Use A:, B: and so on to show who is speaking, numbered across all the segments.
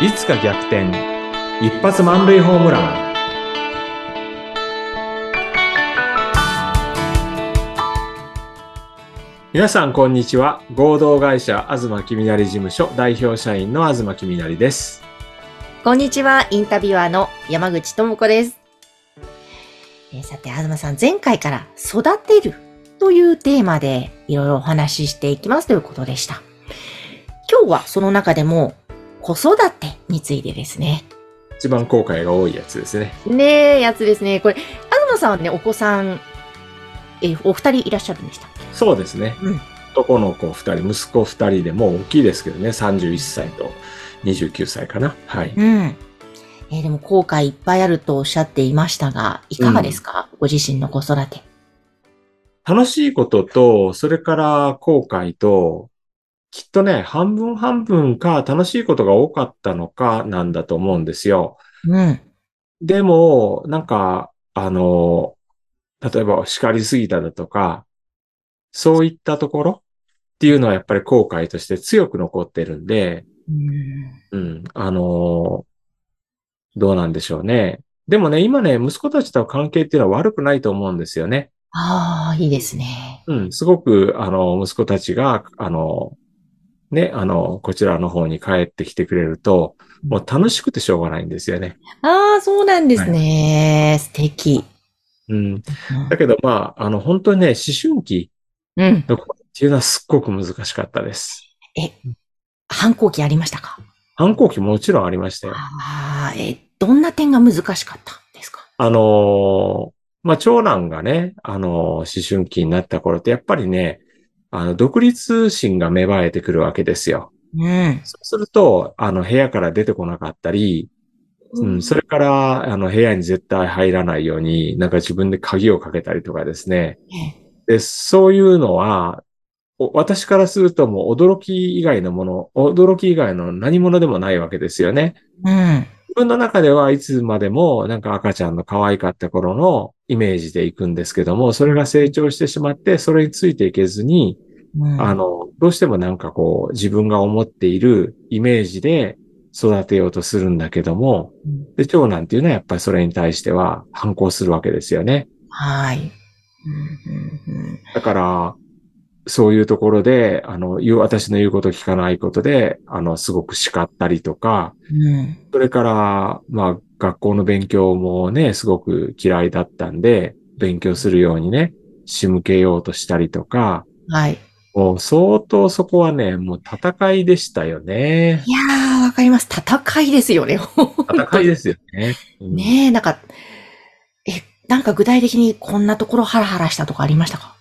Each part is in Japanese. A: いつか逆転一発満塁ホームラン皆さんこんにちは合同会社東君成事務所代表社員の東君成です
B: こんにちは、インタビュアーの山口智子です。えーさて、東さん、前回から育てるというテーマでいろいろお話ししていきますということでした。今日はその中でも子育てについてですね。
A: 一番後悔が多いやつですね
B: ねえ、やつですね。これ、東さんはね、お子さん、えーお二人いらっしゃるんでしたっけ
A: そうですね、
B: うん
A: 男の子2人息子2人でもう大きいですけどね31歳と29歳かなはい
B: うん。えーでも後悔いっぱいあるとおっしゃっていましたが、いかがですか、ご自身の子育て。
A: 楽しいことと、それから後悔と、きっとね、半分半分か楽しいことが多かったのかなんだと思うんですよ。
B: うん。
A: でも、なんか、あの、例えば叱りすぎただとか、そういったところっていうのはやっぱり後悔として強く残ってるんで、う
B: うん
A: ん、あのどうなんでしょうね。でもね、今ね、息子たちとの関係っていうのは悪くないと思うんですよね。
B: ああ、いいですね。
A: うん、すごく、あの、息子たちが、あの、ね、あの、こちらの方に帰ってきてくれると、もう楽しくてしょうがないんですよね。
B: ああ、そうなんですね。素敵。
A: うん。だけど、まあ、あの、本当にね、思春期
B: うん。
A: の頃っていうのはすっごく難しかったです。
B: 反抗期ありましたか
A: 反抗期ももちろんありましたよ。
B: ああ、えー、どんな点が難しかったんですか
A: あの、まあ、長男がね、あの、思春期になった頃って、やっぱりね、あの、独立心が芽生えてくるわけですよ。
B: うん。
A: そうすると、あの、部屋から出てこなかったり、うん、それから、あの、部屋に絶対入らないように、なんか自分で鍵をかけたりとかですね。
B: ね
A: で、そういうのは、お私からするともう驚き以外のもの、驚き以外の何者でもないわけですよね。
B: うん。
A: 自分の中ではいつまでもなんか赤ちゃんの可愛かった頃のイメージでいくんですけども、それが成長してしまって、それについていけずに、
B: うん
A: あの、どうしてもなんかこう、自分が思っているイメージで育てようとするんだけども
B: うん、
A: で、長男っていうのはやっぱりそれに対しては反抗するわけですよね。
B: はい。うんうんうん
A: だから、そういうところで、あの、言う、私の言うこと聞かないことで、あの、すごく叱ったりとか、
B: うん
A: それから、まあ、学校の勉強もね、すごく嫌いだったんで、勉強するようにね、仕向けようとしたりとか、
B: はい。
A: もう相当そこはね、もう戦いでしたよね。
B: いやー、わかります。戦いですよね。
A: 戦いですよね。うん
B: ねえ、なんか、え、なんか具体的にこんなところハラハラしたとかありましたか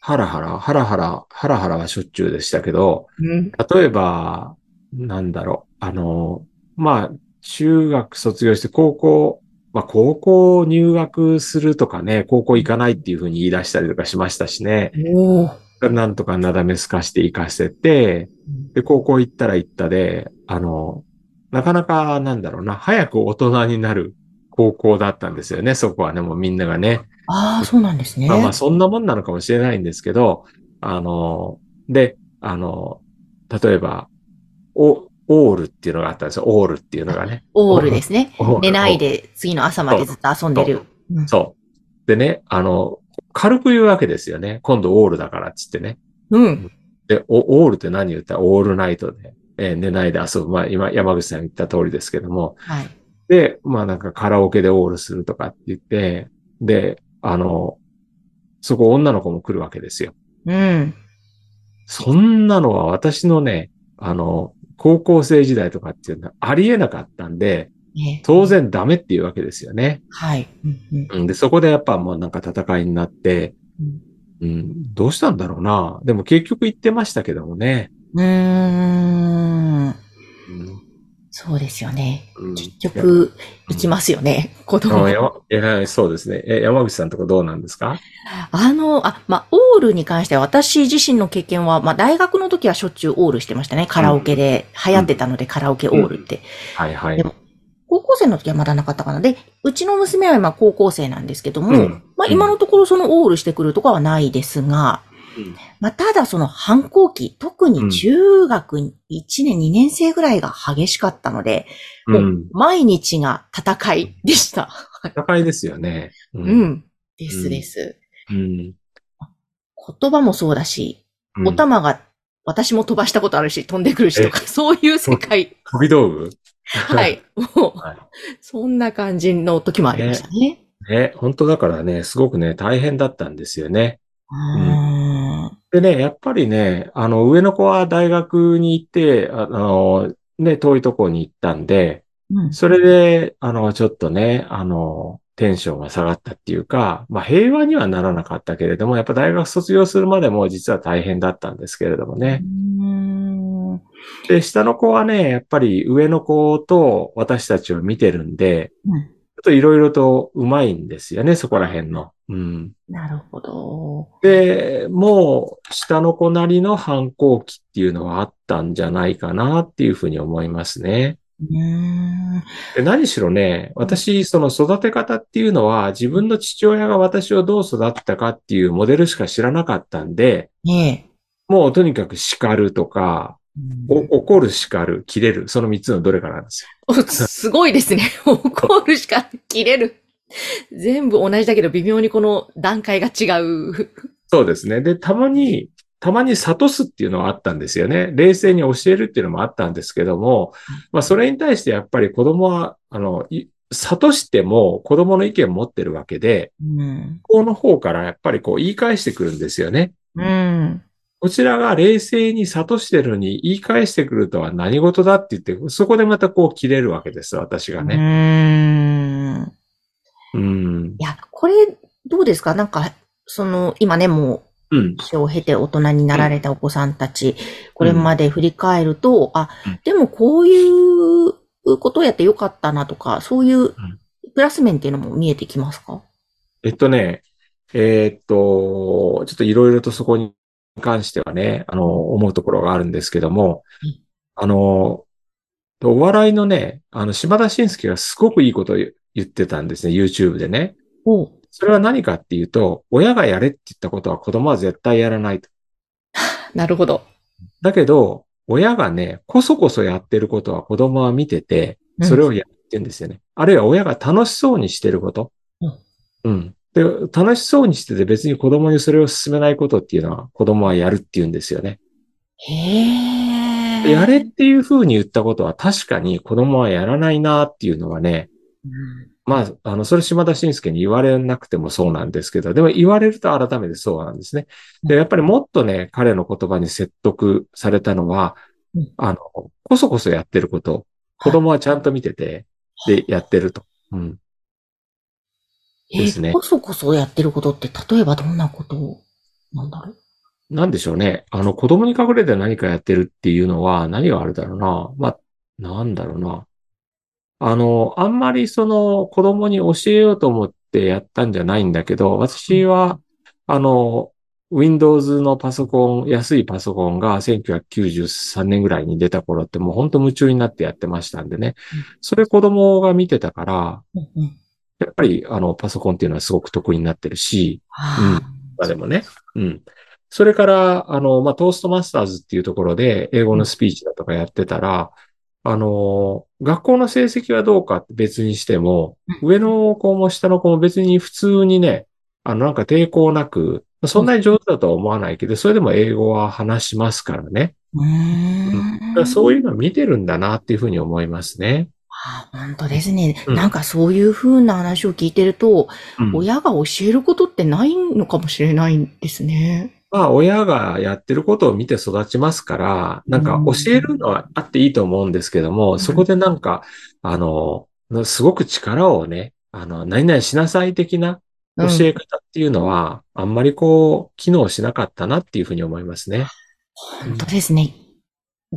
A: ハラハラ、ハラハラ、ハラハラはしょっちゅうでしたけど、
B: うん。
A: 例えば、なんだろう、あの、まあ、中学卒業して高校、まあ、高校入学するとかね、高校行かないっていうふうに言い出したりとかしましたしね、
B: おー
A: なんとかなだめすかして行かせて、で、高校行ったら行ったで、あの、なかなか、なんだろうな、早く大人になる高校だったんですよね、そこはね、もうみんながね。
B: ああ、そうなんですね。
A: まあまあ、そんなもんなのかもしれないんですけど、あの、で、あの、例えば、お、オールっていうのがあったんですよ。オールっていうのがね。
B: オールですね。
A: オール
B: 寝ない。で次の朝までずっと遊んでる。うん
A: そう。でね、あの、軽く言うわけですよね。今度オールだからっつってね。
B: うん。
A: で、おオールって何言ったらオールナイトで、えー寝ないで遊ぶ。まあ、今、山口さんが言った通りですけども。
B: はい。
A: で、まあなんかカラオケでオールするとかって言って、で、あの、そこ女の子も来るわけですよ。
B: うん。
A: そんなのは私のね、あの、高校生時代とかっていうのはありえなかったんで、
B: ね
A: 当然ダメっていうわけですよね。
B: はい。うんうん
A: うん、で、そこでやっぱもうなんか戦いになって、うん、どうしたんだろうな。でも結局言ってましたけどもね。
B: うーん。
A: うん
B: そうですよね。
A: うん
B: 結局、行きますよね。子
A: いや
B: 供
A: あ。やいやそうですね。え、山口さんとかどうなんですか
B: あの、あ、まあ、オールに関しては私自身の経験は、まあ、大学の時はしょっちゅうオールしてましたね。カラオケで、流行ってたのでカラオケオールって。
A: はいは
B: で
A: い
B: も。高校生の時はまだなかったかな。で、うちの娘は今高校生なんですけども、
A: うん
B: まあ、今のところそのオールしてくるとかはないですが、
A: ううん
B: まあ、ただその反抗期、特に中学1年、2年生ぐらいが激しかったので、
A: うん。
B: 毎日が戦いでした。
A: 戦いですよね。う
B: う。ん。ですです。
A: うん。
B: 言葉もそうだし、
A: うん
B: お玉が私も飛ばしたことあるし、飛んでくるしとか、そういう世界。
A: 飛び道具
B: はい。もう、
A: はい
B: そんな感じの時もありましたね。
A: ね、本当だからね、すごくね、大変だったんですよね。
B: うーん
A: でね、やっぱりね、あの、上の子は大学に行って、ああの、ね、遠いとこに行ったんで、
B: うん
A: それで、あの、ちょっとね、あの、テンションが下がったっていうか、まあ平和にはならなかったけれども、やっぱ大学卒業するまでも実は大変だったんですけれどもね。
B: うーん
A: で、下の子はね、やっぱり上の子と私たちを見てるんで、
B: うん
A: ちょっといろいろとうまいんですよね、そこら辺の。うん。
B: なるほど。
A: で、もう下の子なりの反抗期っていうのはあったんじゃないかなっていうふうに思いますね。
B: うーん。
A: で何しろね、私、その育て方っていうのは自分の父親が私をどう育ったかっていうモデルしか知らなかったんで、
B: ね
A: もうとにかく叱るとか、
B: え。
A: お怒る、叱る、切れる、その三つのどれかなんですよ。
B: おすごいですね。 怒るしか切れる。全部同じだけど微妙にこの段階が違う。
A: そうですね。で、たまに、たまに悟すっていうのはあったんですよね。冷静に教えるっていうのもあったんですけども、まあそれに対してやっぱり子供は、あの、い悟しても子供の意見を持ってるわけで、
B: うん。
A: この方からやっぱりこう言い返してくるんですよね。
B: うん。
A: こちらが冷静に悟してるのに言い返してくるとは何事だって言って、そこでまたこう切れるわけです、私が
B: う
A: ね。
B: ーん。
A: うん。
B: いや、これ、どうですかなんか、その、今ね、もう、
A: うん。
B: 年を経て大人になられたお子さんたち、これまで振り返ると、あ
A: うん、
B: でもこういうことをやってよかったなとか、そういうプラス面っていうのも見えてきますか
A: えっとね、えーっと、ちょっといろいろとそこに関してはね、あの、思うところがあるんですけども
B: うん、
A: あの、お笑いのね、あの、島田紳介がすごくいいことを言言ってたんですね、YouTube でね。
B: おう
A: それは何かっていうと、親がやれって言ったことは子供は絶対やらないと。
B: なるほど。
A: だけど、親がね、こそこそやってることは子供は見てて、
B: うん
A: それをやってんですよね。あるいは親が楽しそうにしてること。
B: うん
A: うん。で、楽しそうにしてて別に子供にそれを勧めないことっていうのは子供はやるっていうんですよね。
B: へえ。
A: やれっていうふうに言ったことは確かに子供はやらないなっていうのはね、
B: うん
A: まあ、あの、それ島田紳介に言われなくてもそうなんですけど、でも言われると改めてそうなんですね。で、やっぱりもっとね、彼の言葉に説得されたのは
B: うん、
A: あの、こそこそやってること、子供はちゃんと見てて、で、やってると。うん。ですね
B: えーこそこそやってることって、例えばどんなことなんだろう
A: なんでしょうね。あの、子供に隠れて何かやってるっていうのは何があるだろうな。まあ、なんだろうな。あの、あんまりその子供に教えようと思ってやったんじゃないんだけど、私は、あの、Windows のパソコン、安いパソコンが1993年ぐらいに出た頃ってもう本当夢中になってやってましたんでね
B: うん。
A: それ子供が見てたから、
B: うんうん。
A: やっぱりあのパソコンっていうのはすごく得意になってるし、
B: あ
A: まあでもね。うん。それから、あの、まあ、トーストマスターズっていうところで、英語のスピーチだとかやってたら、あの、学校の成績はどうかって別にしても、上の子も下の子も別に普通にね、あの、なんか抵抗なく、そんなに上手だとは思わないけど、それでも英語は話しますからね。
B: ーう
A: だ
B: ー
A: から
B: ん。
A: そういうのを見てるんだなっていうふうに思いますね。
B: あー本当ですね。
A: うん
B: なんかそういう風な話を聞いてると、
A: うん
B: 親が教えることってないのかもしれないんですね。
A: まあ、親がやってることを見て育ちますから、なんか教えるのはあっていいと思うんですけども、そこでなんか、あの、すごく力をね、あの、何々しなさい的な教
B: うん
A: え方っていうのは、あんまりこう、機能しなかったなっていうふうに思いますね。
B: 本当ですね。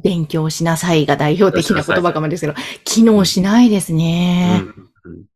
B: 勉強しなさいが代表的な言葉かもですけど、機能しないですね。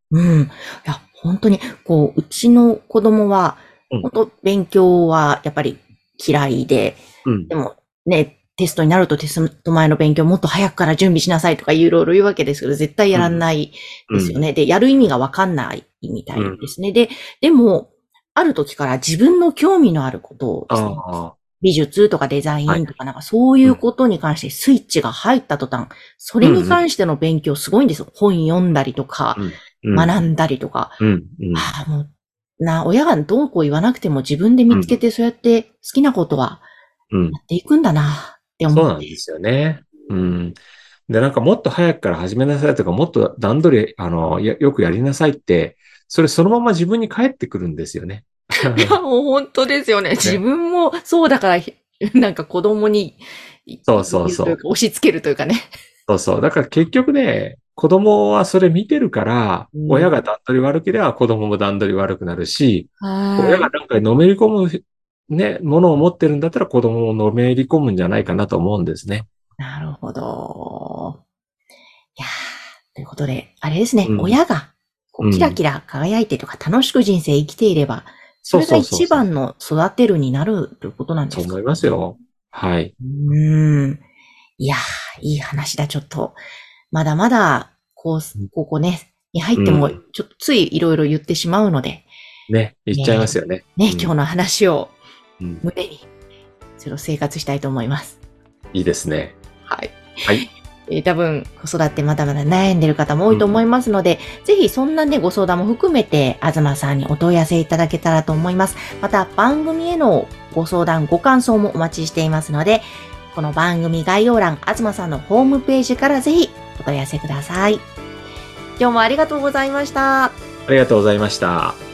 B: うん。いや、本当に、こう、うちの子供は
A: うん、
B: 本当勉強はやっぱり嫌いで、
A: うん。うん
B: でもね、テストになるとテスト前の勉強もっと早くから準備しなさいとかいろいろ言うわけですけど、絶対やらないですよね。で、やる意味がわかんないみたいですね。で、でも、ある時から自分の興味のあることをですね
A: ああ、
B: 美術とかデザインとかなんかそういうことに関してスイッチが入った途端、それに関しての勉強すごいんですよ。本読んだりとか、
A: うん
B: 学んだりとか。
A: うん、うん。
B: ああ、もう、な、親がどうこう言わなくても自分で見つけてそうやって好きなことは
A: うん
B: や。っていくんだなって思って。
A: そうなんですよね。うん。で、なんかもっと早くから始めなさいとか、もっと段取り、あの、やよくやりなさいって、それそのまま自分に返ってくるんですよ ね。
B: いや、もう本当ですよね。自分もそうだから、なんか子供に、
A: そうそうそう
B: 言といか押し付けるというかね。
A: そうそう。だから結局ね、子供はそれ見てるから、
B: うん
A: 親が段取り悪ければ子供も段取り悪くなるし、 親
B: は
A: がなんかのめり込む、ね、ものを持ってるんだったら子供ものめり込むんじゃないかなと思うんですね。
B: い。なるほど。いやーということで、あれですね、
A: うん
B: 親がこう
A: うん
B: キラキラ輝いてとか楽しく人生生きていれば、
A: そ
B: そ
A: う
B: れが
A: そうそうそう
B: 一番の育てるになるということなんです
A: そう
B: か
A: 思います。よ。はい。
B: うーん。いやー、いい話だ、ちょっと。まだまだ、こう、ここね、に入っても
A: うん、
B: ちょっとついいろいろ言ってしまうので、
A: ね、言っちゃいますよね。
B: ね、
A: うん
B: 今日の話を
A: うん、
B: 胸に、ちょっと生活したいと思います。
A: いいですね。
B: はい。
A: はい。
B: えー多分、子育てまだまだ悩んでる方も多いと思いますので、ぜひそんなね、ご相談も含めて、東さんにお問い合わせいただけたらと思います。また、番組へのご相談、ご感想もお待ちしていますので、この番組概要欄、東さんのホームページからぜひお問い合わせください。今日もありがとうございました。
A: ありがとうございました。